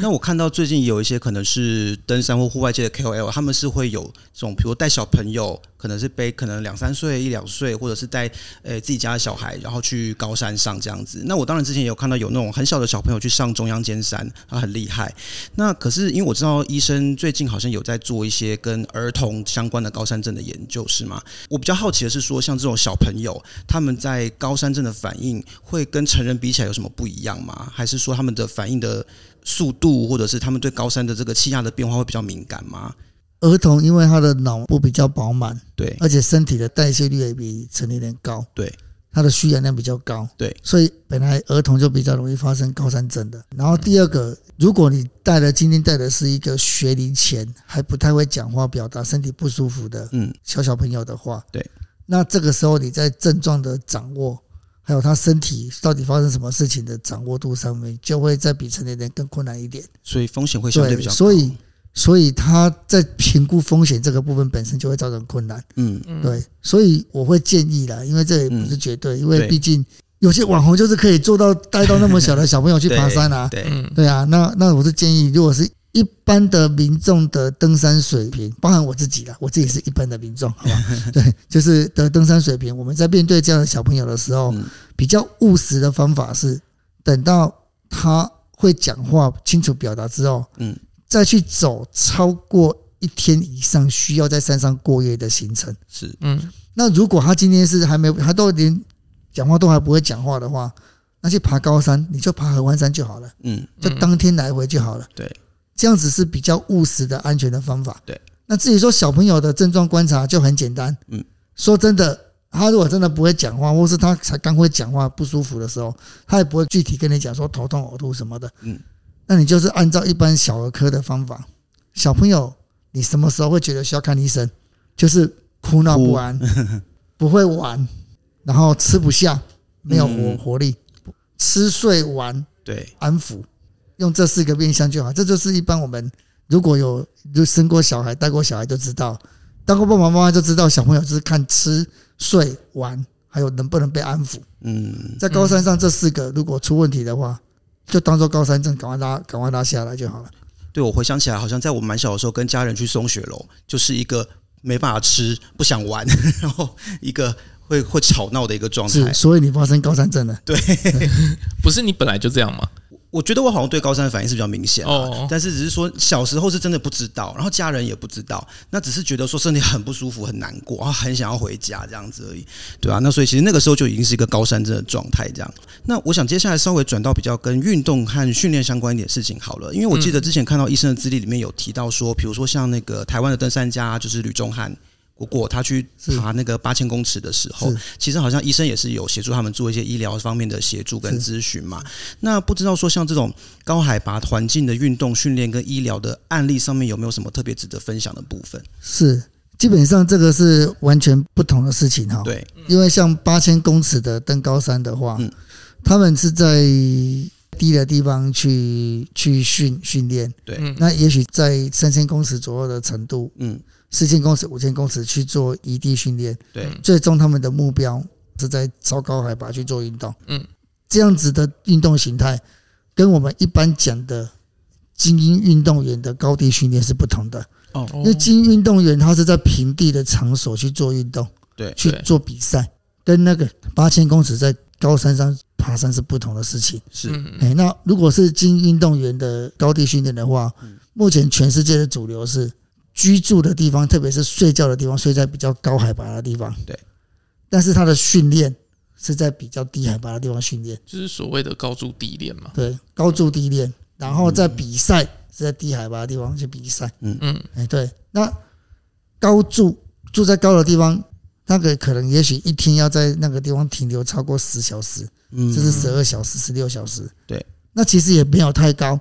B: 那我看到最近有一些可能是登山或户外界的 KOL，他们是会有这种，比如带小朋友，可能是背可能两三岁、一两岁，或者是带呃自己家的小孩，然后去高山上这样子。那我当然之前也有看到有那种很小的小朋友去上中央尖山，他很厉害。那可是因为我知道医生最近好像有在做一些跟儿童相关的高山症的研究，是吗？我比较好奇的是说，像这种小朋友，他们在高山症的反应会跟成人比起来有什么不一样吗？还是说他们的反应的速度，或者是他们对高山的这个气压的变化会比较敏感吗？
C: 儿童因为他的脑部比较饱满，
B: 对，
C: 而且身体的代谢率也比成年人高，
B: 对，
C: 它的需氧量比较高，
B: 对，
C: 所以本来儿童就比较容易发生高山症的。然后第二个，如果你带的今天带的是一个学龄前还不太会讲话、表达、身体不舒服的
B: 嗯，
C: 小小朋友的话，
B: 对，
C: 那这个时候你在症状的掌握，还有他身体到底发生什么事情的掌握度上面，就会在比成年人更困难一点。
B: 所以风险会相对比较高。
C: 所以所以他在评估风险这个部分本身就会造成困难。
B: 嗯，嗯
A: 嗯，
C: 对，所以我会建议啦，因为这也不是绝对，因为
B: 对
C: 毕竟有些网红就是可以做到带到那么小的小朋友去爬山啊。
B: [laughs] 对，
A: 嗯
C: 对啊，那那我是建议，如果是一般的民众的登山水平，包含我自己啦，我自己是一般的民众，好
B: [laughs]
C: 吧？对，就是的登山水平，我们在面对这样的小朋友的时候，
B: 嗯
C: 比较务实的方法是，等到他会讲话、清楚表达之后，
B: 嗯，
C: 再去走超过一天以上需要在山上过夜的行程。
B: 是，
A: 嗯
C: 那如果他今天是还没有，他都连讲话都还不会讲话的话，那去爬高山，你就爬合欢山就好了，
B: 嗯，
C: 就当天来回就好了。
B: 对，
C: 这样子是比较务实的安全的方法。
B: 对，
C: 那至于说小朋友的症状观察就很简单。
B: 嗯，
C: 说真的，他如果真的不会讲话，或是他才刚会讲话不舒服的时候，他也不会具体跟你讲说头痛、呕吐什么的。
B: 嗯，
C: 那你就是按照一般小儿科的方法，小朋友你什么时候会觉得需要看医生？就是哭闹不安，不会玩，然后吃不下，没有活
B: 嗯
C: 活力，吃睡玩
B: 对，
C: 安抚，用这四个面向就好。这就是一般我们如果有就生过小孩、带过小孩就知道，当过爸爸妈妈就知道，小朋友就是看吃睡玩，还有能不能被安抚。
B: 嗯，
C: 在高山上这四个如果出问题的话，就当做高山症，赶快拉，赶快拉下来就好了。
B: 对我回想起来，好像在我蛮小的时候跟家人去松雪楼，就是一个没办法吃、不想玩， [laughs] 然后一个会会吵闹的一个状态
C: 是，。所以你发生高山症了。
A: 不是你本来就这样吗？
B: 我觉得我好像对高山的反应是比较明显的、
A: 哦
B: 但是只是说小时候是真的不知道，然后家人也不知道，那只是觉得说身体很不舒服、很难过，然后很想要回家这样子而已，对啊，那所以其实那个时候就已经是一个高山症的状态这样。那我想接下来稍微转到比较跟运动和训练相关一点事情好了，因为我记
C: 嗯
B: 得之前看到医生的资历里面有提到说，比如说像那个台湾的登山家就是吕中汉。果果他去爬那个八千公尺的时候
C: 是，
B: 其实好像医生也是有协助他们做一些医疗方面的协助跟咨询嘛。那不知道说像这种高海拔环境的运动训练跟医疗的案例上面有没有什么特别值得分享的部分？
C: 是，基本上这个是完全不同的事情哈。
B: 对，
C: 因为像八千公尺的登高山的话，
B: 嗯
C: 他们是在低的地方去去训训练，
B: 对
A: 嗯
C: 那也许在三千公尺左右的程度，
B: 嗯，
C: 四千公尺、五千公尺去做移地训练，
B: 对，
C: 最终他们的目标是在超高海拔去做运动。
A: 嗯，
C: 这样子的运动形态跟我们一般讲的精英运动员的高地训练是不同的。
A: 哦
C: 因为精英运动员他是在平地的场所去做运动，
B: 对
C: 去
A: 对
C: 做比赛，跟那个八千公尺在高山上爬爬山是不同的事情。
B: 是
A: 嗯
C: 哎，那如果是经运动员的高地训练的话，
B: 嗯
C: 目前全世界的主流是居住的地方，特别是睡觉的地方，睡在比较高海拔的地方。
B: 对，
C: 但是他的训练是在比较低海拔的地方训练，
A: 就是所谓的高筑地练嘛。
C: 对，高筑地练，然后
B: 嗯
C: 在比赛是在低海拔的地方去比赛。
A: 嗯，
C: 哎，对，那高住住在高的地方，那个可能也许一天要在那个地方停留超过十小时，
B: 嗯
C: 这是十二小时、十六小时。
B: 对，
C: 那其实也没有太高。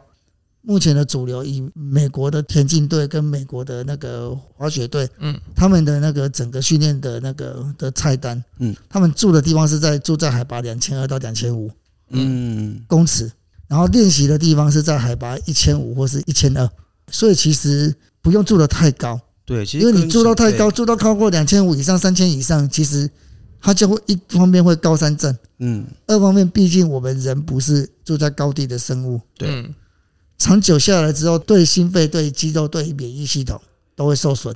C: 目前的主流以美国的田径队跟美国的那个滑雪队，
A: 嗯，
C: 他们的那个整个训练的那个的菜单，
B: 嗯，
C: 他们住的地方是在住在海拔两千二到两千五
B: 嗯
C: 公尺，然后练习的地方是在海拔一千五或是一千二，所以其实不用住的太高。
B: 对，其实
C: 因为你
B: 跟
C: 住到太
B: 对
C: 高，，住到超过两千五以上、三千以上，其实它就会一方面会高山症，
B: 嗯
C: 二方面毕竟我们人不是住在高地的生物，
B: 对
A: 嗯
C: 长久下来之后，对心肺、对肌肉、对免疫系统都会受损，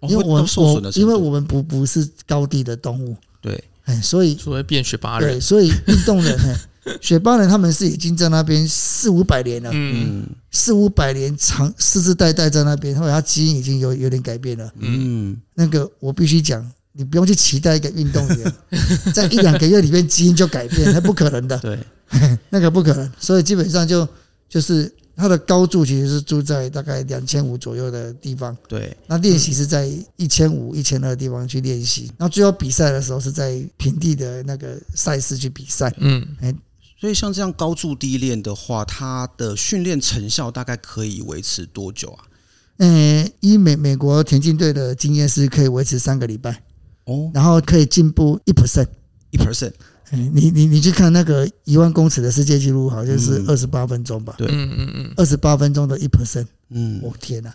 B: 哦
C: 因为
B: 会
C: 我
B: 到
C: 们
B: 受损
C: 我
B: 的程
C: 因为
B: 度
C: 我们不不是高地的动物，
B: 对
C: 哎，所以
A: 除了变学霸人
C: 对，，所以运动人呢，
B: [laughs]
C: 哎雪豹人他们是已经在那边四五百年了，
A: 嗯
B: 嗯
C: 四五百年长世世代代在那边，后来他基因已经有有点改变了。
B: 嗯
C: 那个我必须讲，你不用去期待一个运动员在一两个月里面基因就改变，那不可能的，
B: 对
C: 那个不可能。所以基本上就就是他的高度其实是住在大概两千五左右的地方，
B: 对
C: 那练习是在一千五、一千二的地方去练习，然后最后比赛的时候是在平地的那个赛事去比赛。
A: 嗯
B: 所以像这样高筑低练的话，它的训练成效大概可以维持多久啊？
C: 嗯，以美美国田径队的经验是可以维持三个礼拜，
B: 哦，
C: 然后可以进步一 percent。
B: 一 percent，
C: 哎，你你你去看那个一万公尺的世界纪录，好像是
B: 嗯
C: 二十八分钟吧？
B: 对
A: 嗯嗯嗯，
C: 二十八分钟的一 percent，
B: 嗯，
C: 我天哪、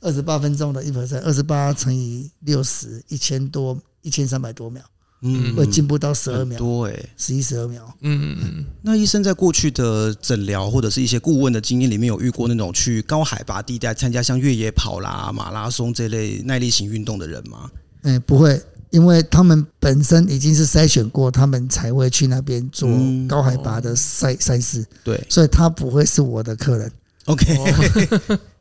C: 二
A: [laughs]
C: 十八分钟的一 percent，二十八乘以六十，一千多，一千三百多秒，
B: 嗯
C: 会进步到十二
B: 很
C: 秒，
B: 多哎、
C: 十一十二秒。
A: 嗯嗯
B: 那医生在过去的诊疗或者是一些顾问的经验里面，有遇过那种去高海拔地带参加像越野跑啦、马拉松这类耐力型运动的人吗？
C: 哎，不会，因为他们本身已经是筛选过，他们才会去那边做
B: 嗯
C: 高海拔的赛
A: 哦
C: 赛事，
B: 对
C: 所以他不会是我的客人。
B: ，OK，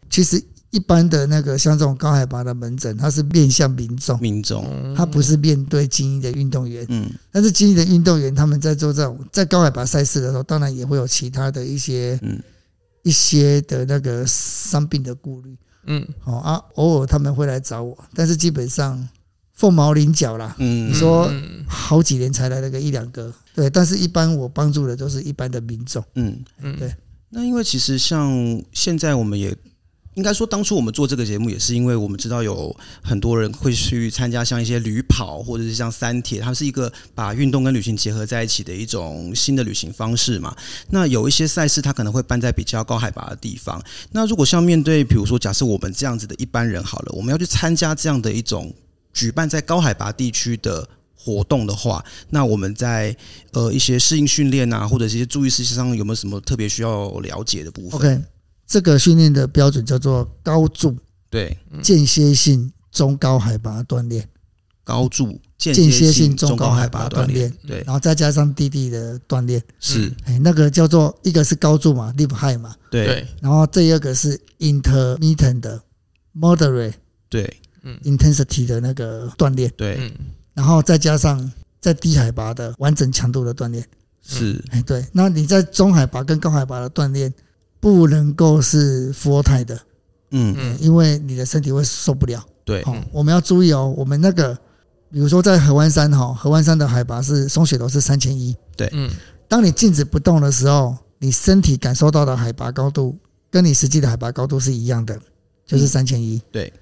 C: 其实一般的那个像这种高海拔的门诊，它是面向民
B: [laughs]
C: 众，
B: 民众，
A: 嗯，
C: 它不是面对精英的运动员。
B: 嗯
C: 但是精英的运动员他们在做这种在高海拔赛事的时候，当然也会有其他的一些
B: 嗯
C: 一些的那个伤病的顾虑。
A: 嗯
C: 哦啊，偶尔他们会来找我，但是基本上凤毛麟角啦，
B: 嗯
C: 你说
A: 嗯
C: 好几年才来了个一两个。对，但是一般我帮助的都是一般的民众。
B: 嗯，
A: 嗯
C: 对
B: 那因为其实像现在我们也。应该说，当初我们做这个节目，也是因为我们知道有很多人会去参加像一些旅跑，或者是像三铁，它是一个把运动跟旅行结合在一起的一种新的旅行方式嘛。那有一些赛事，它可能会办在比较高海拔的地方。那如果像面对，比如说，假设我们这样子的一般人好了，我们要去参加这样的一种举办在高海拔地区的活动的话，那我们在呃一些适应训练啊，或者是一些注意事项上，有没有什么特别需要了解的部分
C: OK，这个训练的标准叫做高柱
B: 对，
C: 间歇性中高海拔锻炼，
B: 高柱间
C: 间
B: 歇
C: 歇性
B: 中
C: 中
B: 高
C: 高
B: 海
C: 海
B: 拔
C: 拔
B: 锻
C: 锻
B: 炼，
C: 炼，
B: 对，
C: 然后再加上地地的锻炼。
B: 是，
A: 嗯
C: 哎，那个叫做一个是高柱嘛，live high 嘛，
B: 对
A: 对，
C: 然后第二个是 intermittent 的 moderate
B: 对
C: intensity 的那个锻炼，
B: 对，
A: 嗯
C: 然后再加上在低海拔的完整强度的锻炼。
B: 是，
C: 哎，对，那你在中海拔跟高海拔的锻炼不能够是 full time 的，
B: 嗯，
A: 嗯
C: 因为你的身体会受不了。
B: 对，
C: 哦，我们要注意哦，我们那个比如说在合欢山哈、哦，合欢山的海拔是松雪楼是三千一，
A: 嗯
C: 当你静止不动的时候，你身体感受到的海拔高度跟你实际的海拔高度是一样的，就是三千一。
B: 对。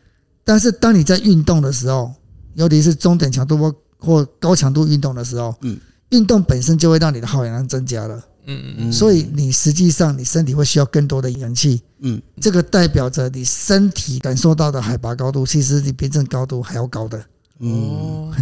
C: 但是当你在运动的时候，尤其是中等强度或或高强度运动的时候，
B: 嗯，
C: 运动本身就会让你的耗氧量增加了，
A: 嗯
B: 嗯
C: 所以你实际上你身体会需要更多的氧气。
B: 嗯，
C: 这个代表着你身体感受到的海拔高度，其实比真正高度还要高的。
B: 嗯，
A: 哦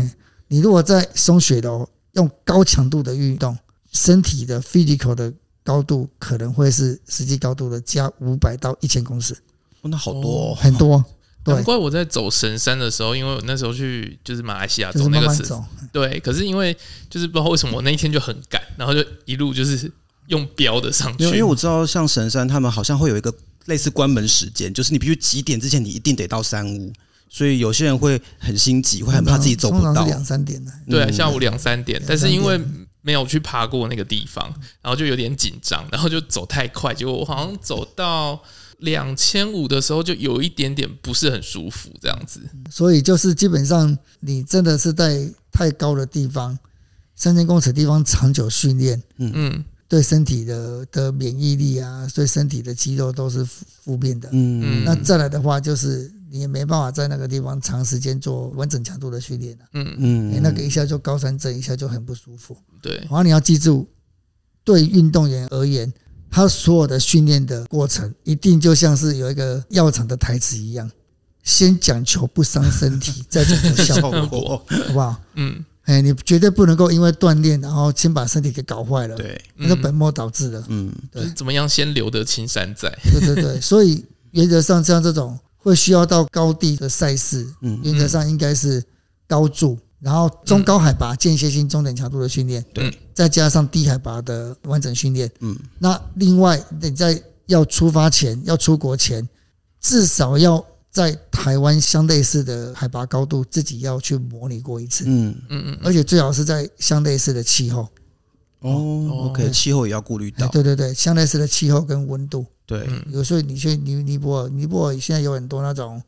C: 你如果在松雪楼用高强度的运动，身体的 physical 的高度可能会是实际高度的加五百到一千公尺，
B: 哦那好多哦，
C: 很多。对
A: 难怪我在走神山的时候，因为我那时候去就是马来西
B: 啊
A: 亚
C: 就
A: 走
C: 是
A: 那
C: 慢
A: 个
C: 慢
A: 神，
C: 走。
A: 对，可是因为就是不知道为什么我那一天就很赶，然后就一路就是用标的上去，
B: 没有，因为我知道像神山他们好像会有一个类似关门时间，就是你必须几点之前你一定得到山屋，所以有些人会很心急，会很怕自己走不
C: 通常
B: 到
C: 是。两三点的，
A: 对、
B: 嗯
A: 下午两三点，但是因为没有去爬过那个地方，然后就有点紧张，然后就走太快，结果我好像走到两千五的时候就有一点点不是很舒服，这样子。
C: 所以就是基本上你真的是在太高的地方，三千公尺的地方长久训练，
A: 嗯，
C: 对身体的的免疫力啊，对身体的肌肉都是负负面的。
B: 嗯
A: 嗯
C: 那再来的话，就是你也没办法在那个地方长时间做完整强度的训练了、啊你、
B: 嗯
C: 哎那个一下就高山症，一下就很不舒服。
A: 对
C: 然后你要记住，对运动员而言，他所有的训练的过程，一定就像是有一个药厂的台词一样，先讲求不伤
A: [laughs]
C: 身体，再讲求效果，
B: 嗯效果
C: 好不好？
A: 嗯，
C: 哎，你绝对不能够因为锻炼，然后先把身体给搞坏了，
B: 对，
C: 那是
A: 嗯
C: 本末倒置了。
B: 嗯
A: 就是怎么样先留得青山在？
C: 对对对，所以原则上像这种会需要到高地的赛事，
B: 嗯
C: 原则上应该是高筑，然后中高海拔间歇性中等强度的训练，
A: 对，
C: 再加上低海拔的完整训练。
B: 嗯，
C: 那另外你在要出发前、要出国前，至少要在台湾相类似的海拔高度自己要去模拟过一次，
B: 嗯
A: 嗯嗯
C: 而且最好是在相类似的气候。
B: 哦，OK，气候也要顾虑
C: 哎
B: 到，
C: 对对对，相类似的气候跟温度。
B: 对，
A: 嗯
C: 有时候你去尼尼泊尔，尼泊尔现在有很多那种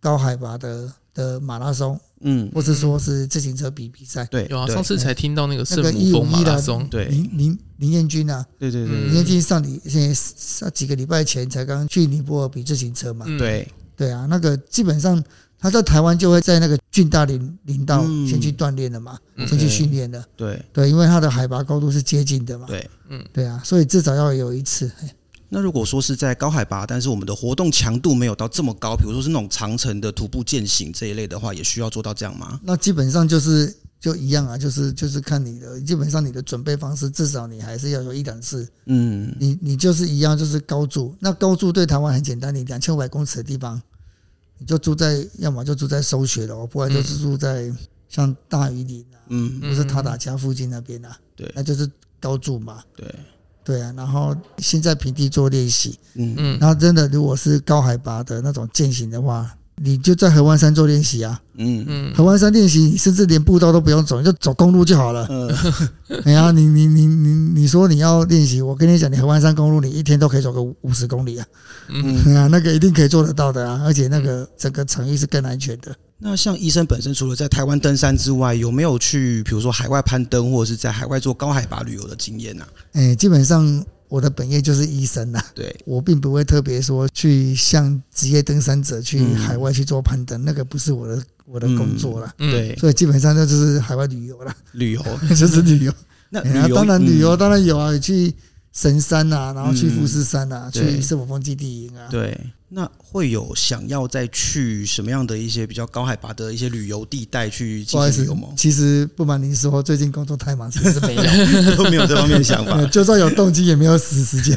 C: 高海拔的的马拉松，
B: 嗯
C: 或是说是自行车比比赛，
B: 对，
A: 有啊，
B: 对
A: 上次才听到那个
C: 那
A: 圣
C: 个
A: 母
C: 一五
A: 峰马
C: 一
A: 拉
C: 的
A: 松，
B: 对
C: 林林林彦军啊，
B: 对对
A: 嗯
B: 对
C: 林彦军上礼现在上几个礼拜前才刚去尼泊尔比自行车嘛，
A: 嗯，
B: 对，
C: 对啊，那个基本上他在台湾就会在那个郡大林林道
B: 嗯
C: 先去锻炼了嘛，
A: 嗯
C: 先去训练了，
B: 对
C: 对，因为它的海拔高度是接近的嘛，
B: 对。嗯
C: 对啊，所以至少要有一次，哎
B: 那如果说是在高海拔，但是我们的活动强度没有到这么高，比如说是那种长程的徒步践行这一类的话，也需要做到这样吗？
C: 那基本上就是就一样啊，就是就是看你的，基本上你的准备方式，至少你还是要有一两次。
B: 嗯
C: 你你就是一样，就是高住。那高住对台湾很简单，你两千五百公尺的地方，你就住在，要么就住在收雪楼，不然就是住在像大余岭啊，
B: 嗯，
C: 或是塔塔加附近那边啊，
B: 对
C: 那就是高住嘛。
B: 对，
C: 对啊，然后先在平地做练习，
B: 嗯
A: 嗯
C: 然后真的如果是高海拔的那种践行的话，你就在合欢山做练习啊。
B: 嗯
A: 嗯
C: 合欢山练习，你甚至连步道都不用走，你就走公路就
A: [laughs]
C: 好了。
B: 嗯，
C: 哎呀，你你你你你说你要练习，我跟你讲，你合欢山公路你一天都可以走个五十公里啊！
A: 嗯
C: 哎呀，那个一定可以做得到的啊！而且那个整个场域是更安全的。
B: 那像医生本身，除了在台湾登山之外，有没有去比如说海外攀登，或者是在海外做高海拔旅游的经验呢、啊？
C: 哎，基本上我的本业就是医生呐、
B: 对，
C: 我并不会特别说去向职业登山者去
B: 嗯
C: 海外去做攀登，那个不是我的我的工作啦。
A: 嗯，
B: 对，
C: 所以基本上那就是海外旅游啦， [laughs]
B: 旅游，
C: 就是旅游。
B: 那
C: 哎
B: [laughs]
C: 呀
B: 旅游、
C: 当然旅游
B: 嗯
C: 当然有啊，去神山啊，然后去
B: 嗯
C: 富士山啊，
B: 对
C: 去圣母峰基地营啊。
B: 嗯对。那会有想要再去什么样的一些比较高海拔的一些旅游地带去
C: 不好
B: 进行
C: 意思
B: 旅游吗，？ [laughs]
C: 其实不瞒您说，最近工作太忙，其实没有。
B: 都没有这方面的想法
C: [laughs] 呃。就算有动机，也没有死时
B: [laughs]
C: 间，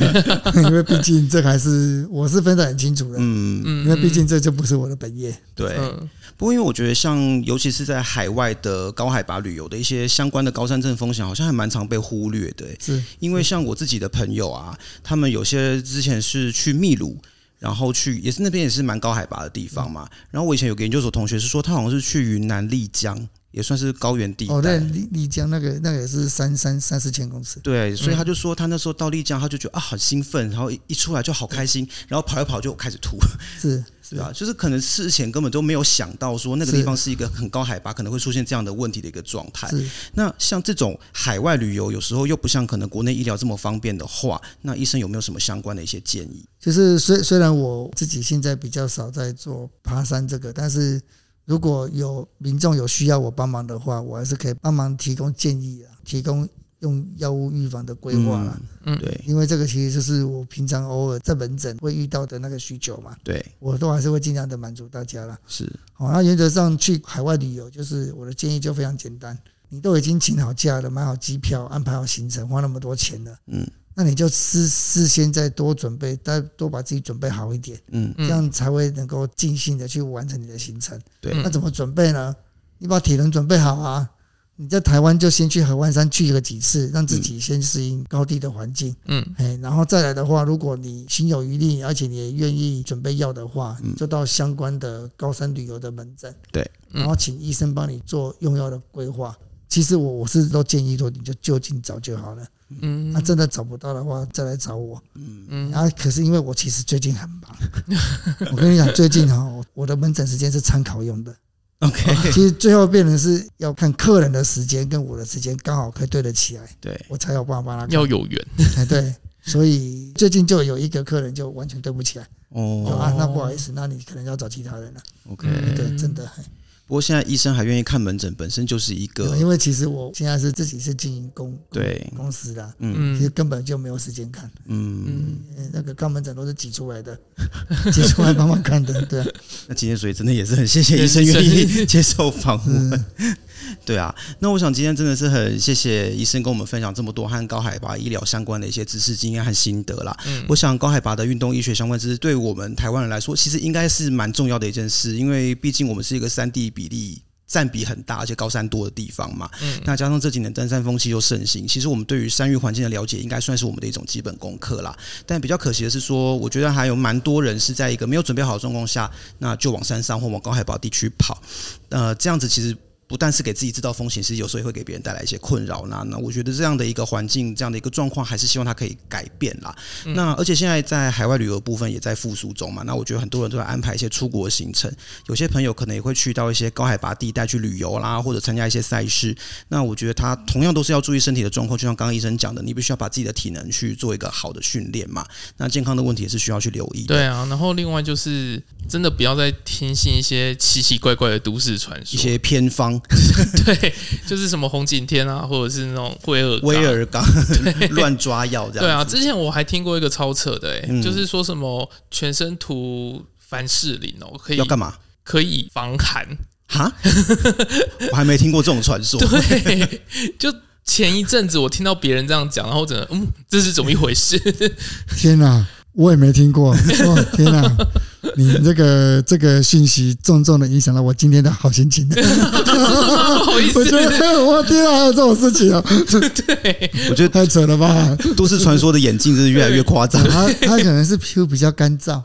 C: 因为毕竟这还是我是分得很清楚的，
B: 嗯，
A: 嗯，
C: 因为毕竟这就不是我的本业。
B: 对。
A: 嗯，
B: 不过，因为我觉得像尤其是在海外的高海拔旅游的一些相关的高山症风险，好像还蛮常被忽略的、欸
C: 是，
B: 因为像我自己的朋友啊，他们有些之前是去秘鲁，然后去也是那边也是蛮高海拔的地方嘛。然后我以前有个研究所同学是说，他好像是去云南丽江，也算是高原地
C: 哦，那
B: 带。
C: 丽丽江那个那个也是三三三四千公尺，
B: 对，所以他就说他那时候到丽江，他就觉得啊很兴奋，然后一一出来就好开心，然后跑一跑就开始吐，
C: 是
B: 对啊吧？就是可能事前根本都没有想到说那个地方是一个很高海拔，可能会出现这样的问题的一个状态。
C: 是。
B: 那像这种海外旅游，有时候又不像可能国内医疗这么方便的话，那医生有没有什么相关的一些建议？
C: 就是虽虽然我自己现在比较少在做爬山这个，但是如果有民众有需要我帮忙的话，我还是可以帮忙提供建议啊，提供用药物预防的规划啦。
A: 嗯
B: 对
C: 因为这个其实就是我平常偶尔在门诊会遇到的那个需求嘛，
B: 对
C: 我都还是会尽量的满足大家啦。
B: 是，
C: 好、哦那原则上去海外旅游，就是我的建议就非常简单，你都已经请好假了，买好机票，安排好行程，花那么多钱了，
B: 嗯，
C: 那你就事事先再多准备，再多把自己准备好一点，
B: 嗯，
C: 这样才会能够尽兴的去完成你的行程。
B: 对
C: 那怎么准备呢？你把体能准备好啊！你在台湾就先去合欢山去个几次，让
B: 嗯
C: 自己先适应高地的环境。
A: 嗯
C: 哎，然后再来的话，如果你心有余力，而且你也愿意准备药的话，就到相关的高山旅游的门诊，
B: 对，
A: 嗯
C: 然后请医生帮你做用药的规划。其实我我是都建议说，你就就近找就好了。
A: 嗯
B: 啊
C: 那、真的找不到的话，再来找我。 [laughs]
A: 嗯
C: 啊，可是因为我其实最近很忙， [laughs] 我跟你讲，最近哈、哦，我的门诊时间是参考用的。
B: ，OK，
C: 其实最后变成是要看客人的时间跟我的时间刚好可以对得起来，
B: 对，
C: 我才有办法帮他看
A: 要有缘，
C: 哎，对，所以最近就有一个客人就完全对不起来，就
B: 哦
C: 啊，那不好意思，那你可能要找其他人了。啊
B: ，OK。
A: 嗯
C: [laughs] 对，真的，嘿
B: 不过现在医生还愿意看门诊，本身就是一
C: 对因
B: 个
C: 为其实我现在是自己是经营公
B: 对，
C: 公司啦，其实
A: 嗯
C: 根本就没有时间看，
B: 嗯。
A: 嗯，
C: 呃那个肛门诊都是挤出
A: [laughs]
C: 来的，挤出来帮忙看的，对啊，
B: 那今天所以真的也是很谢谢医生愿意 [laughs] 接受访问。 [laughs] 对啊，那我想今天真的是很谢谢医生跟我们分享这么多和高海拔医疗相关的一些知识、经验和心得啦。
A: 嗯
B: 我想高海拔的运动医学相关知识对我们台湾人来说，其实应该是蛮重要的一件事，因为毕竟我们是一个山地比例。占比很大，而且高山多的地方嘛，
A: 嗯
B: 那加上这几年登山风气又盛行，其实我们对于山域环境的了解，应该算是我们的一种基本功课啦。但比较可惜的是说，我觉得还有蛮多人是在一个没有准备好的状况下，那就往山上或往高海拔地区跑，呃，这样子其实。不但是给自己制造风险，其实有时候也会给别人带来一些困扰那那我觉得这样的一个环境，这样的一个状况，还是希望它可以改变啦。那而且现在在海外旅游部分也在复苏中嘛，那我觉得很多人都在安排一些出国行程，有些朋友可能也会去到一些高海拔地带去旅游啦，或者参加一些赛事。那我觉得他同样都是要注意身体的状况，就像刚刚医生讲的，你必须要把自己的体能去做一个好的训练嘛。那健康的问题也是需要去留意的。
A: 对啊，然后另外就是真的不要再听信一些奇奇怪怪的都市传
B: 一
A: 说，
B: 些偏方，
A: 对，就是什么红景天啊，或者是那种灰尔
B: 威
A: 嘎
B: 尔刚乱抓药这样。
A: 对啊，，之前我还听过一个超扯的、欸，哎、
B: 嗯
A: 就是说什么全身涂凡士林哦，可以
B: 要
A: [laughs]
B: 干嘛？
A: 可以防寒，
B: 哈，我还没听过这种传说。
A: 对，就前一阵子我听到别人这样讲，然后我整个嗯，这是怎么一回事？
C: 天哪、我也没听过，哦，天哪、你这个这个讯息重重的影响了我今天的好
A: [laughs]
C: 心情。
A: [laughs] 不好意
C: 我觉
A: 思，
C: 得我天啊，还有这种事情啊，
B: 我觉得
C: 太扯了吧！
B: 都市传说的眼镜真是越来越夸张。
C: 他他可能是皮肤比较干燥，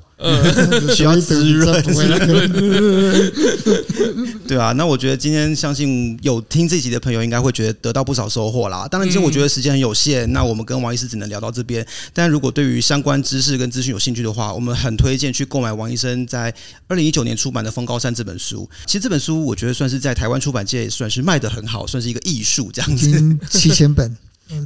B: 需要滋润
C: 不会那个。
B: 对啊，那我觉得今天相信有听这集的朋友，应该会觉得得到不少收获啦。当然，今天我觉得时间很有
A: 嗯
B: 限，那我们跟王医师只能聊到这边。但如果对于相关知识跟资讯有兴趣的话，我们很推荐去购买王医生在二零一九年出版的《风高山》这本书。其实这本书我觉得算是在台湾出版界也算是卖得很好，算是一个艺术这样
C: 已
B: 子。
C: 经七千本，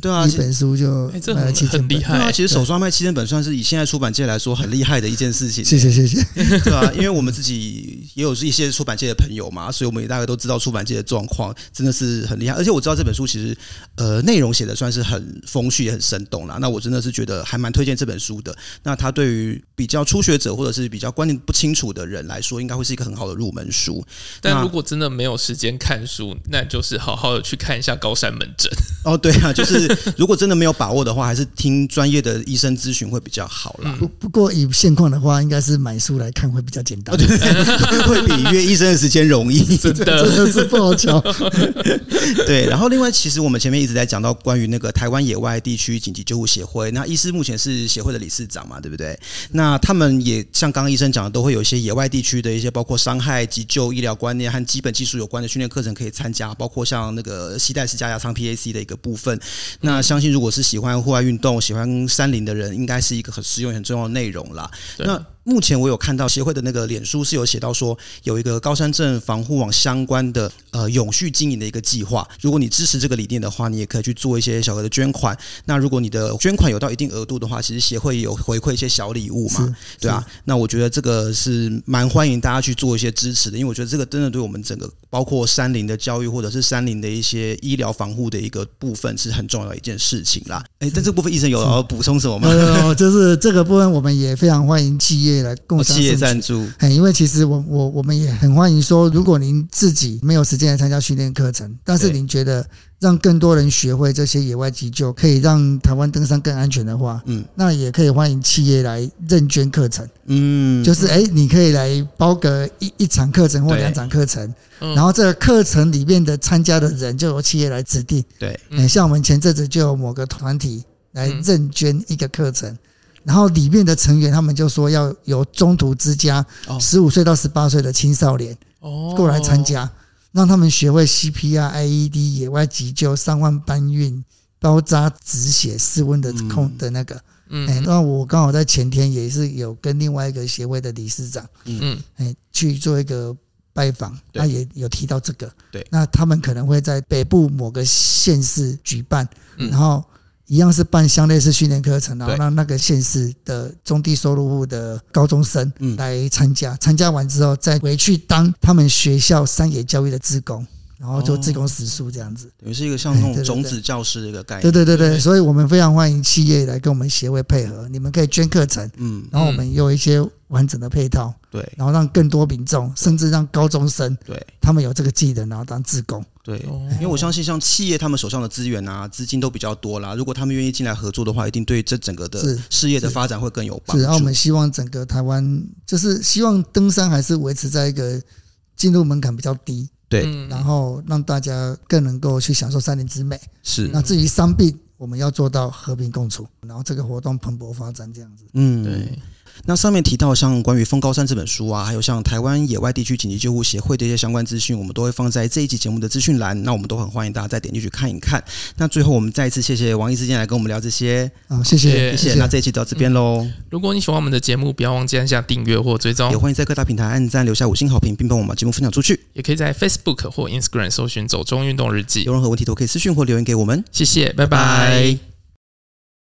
B: 对啊，
C: 一本书就
A: 哎、这
C: 卖了
A: 很
C: 七千
A: 很
C: 本
A: 厉，
B: 对啊，
A: 害，
B: 其实手刷卖七千本算是以现在出版界来说很厉害的一件事情。
C: 谢谢谢谢。
B: 对啊，因为我们自己也有一些出版界的朋友嘛，所以我们也大概都知道出版界的状况，真的是很厉害。而且我知道这本书其实呃内容写的算是很风趣、也很生动啦。那我真的是觉得还蛮推荐这本书的。那它对于比较初学者或者是比较观念不清楚的人来说，应该会是一个很好的入门书。
A: 但
B: 那
A: 如果真的没有时间看书，那就是好好的去看一下高山门诊。
B: 哦，对啊，就是如果真的没有把握的话，还是听专业的医生咨询会比较好
C: [laughs]
B: 啦。
C: 不不过以现况的话，应该是买书来看会比较简单，真
B: 会比约医生的时间容易，
A: 真
C: [laughs]
A: 的，
C: 的是不
A: [laughs]
C: 好瞧。
B: 对，然后另外，其实我们前面一直在讲到关于那个台湾野外地区紧急救护协会，那医师目前是协会的理事长嘛，对不对？那他们也像刚刚医生讲的，都会有一些野外地区的一些包括伤害、急救、医疗观念和基本技术有关的训练课程可以参加，包括像那个西带式加压舱 PAC 的一个部分。那相信如果是喜欢户外运动、喜欢山林的人，应该是一个很实用、很重要的内容啦。
A: 对
B: 那目前我有看到协会的那个脸书是有写到说，有一个高山镇防护网相关的呃永续经营的一个计划。如果你支持这个理念的话，你也可以去做一些小额的捐款。那如果你的捐款有到一定额度的话，其实协会也有回馈一些小礼物嘛，
C: 是
B: 对啊。那我觉得这个是蛮欢迎大家去做一些支持的，因为我觉得这个真的对我们整个包括山林的教育或者是山林的一些医疗防护的一个部分是很重要的一件呃 [laughs]
C: 呃
B: 事情啦。哎，但这部分医生有要补充什么吗？
C: 呃，就是这个部分，我们也非常欢迎企业来共
A: 哦
C: 享
B: 企业
C: 盛举
B: 赞助，
C: 哎，因为其实我我我们也很欢迎说，如果您自己没有时间来参加训练课程，但是
B: 对
C: 您觉得让更多人学会这些野外急救，可以让台湾登山更安全的话，
B: 嗯
C: 那也可以欢迎企业来认捐课程，
B: 嗯，
C: 就是哎，你可以来包个一一场课程或
B: 对
C: 两场课程，
A: 嗯
C: 然后这个课程里面的参加的人就由企业来指定。
B: 对，
A: 嗯
C: 哎，像我们前阵子就有某个团体来
A: 嗯
C: 认捐一个课程。然后里面的成员他们就说要由中途之家
B: 哦
C: 十五岁到十八岁的青少年
A: 哦
C: 过来参，加，让他们学会 CPR、IED、野 E 外急救、三万搬运、包扎止血、室温的控、
B: 嗯
C: 的那个。哎、
A: 嗯
C: 那我刚好在前天也是有跟另外一个协会的理事长，
A: 嗯
C: 哎，去做一个拜访，
B: 对
C: 他也有提到这个。
B: 对
C: 那他们可能会在北部某个县市举办，
A: 嗯
C: 然后一样是办相类似训练课程，然后
B: 对
C: 让那个县市的中低收入户的高中生
B: 嗯
C: 来参加，参加完之后再回去当他们学校山野教育的志工。然后就志工时数这样子，
B: 等于是一个像那
C: 哎 [laughs]
B: 种
C: 对对
B: 种
C: 对
B: 子教师的一个概
C: 对
B: 念，
C: 对对对，
A: 对
C: 所以我们非常欢迎企业来跟我们协会配合，你们可以捐课程，
B: 嗯，
C: 然后我们也有一些完整的配套，
B: 对
C: 然后让更多民众，甚至让高中生
B: 对
C: 他们有这个技能，然后当志工。
B: 对，
A: 哦
B: 因为我相信像企业他们手上的资源啊、资金都比较多啦，如果他们愿意进来合作的话，一定对这整个的
C: 是
B: 事业的发展会更有帮
C: 是，然后我们
B: 助。
C: 希望整个台湾，就是希望登山还是维持在一个进入门槛比较低，
B: 对
A: 嗯
C: 然后让大家更能够去享受山林之美。
B: 是，
C: 那至于伤病，我们要做到和平共处，然后这个活动蓬勃发展这样子。
B: 嗯，
A: 对。
B: 那上面提到像关于《风高山》这本书啊，还有像台湾野外地区紧急救护协会的一些相关资讯，我们都会放在这一集节目的资讯栏。那我们都很欢迎大家再点进去看一看。那最后，我们再一次谢谢王医师今天来跟我们聊这些，
C: 啊，谢谢，
A: 谢
B: 谢谢。那这一期到这边喽，
A: 如果你喜欢我们的节目，不要忘记按下订阅或追踪
B: 也，欢迎在各大平台按赞、留下五星好评，并帮我们把节目分享出去。
A: 也可以在 Facebook 或 Instagram 搜寻“走中运动日记
B: 有任何问题都可以私讯或留言给我们。”。
A: 谢谢，拜
B: 拜
A: 拜
B: 拜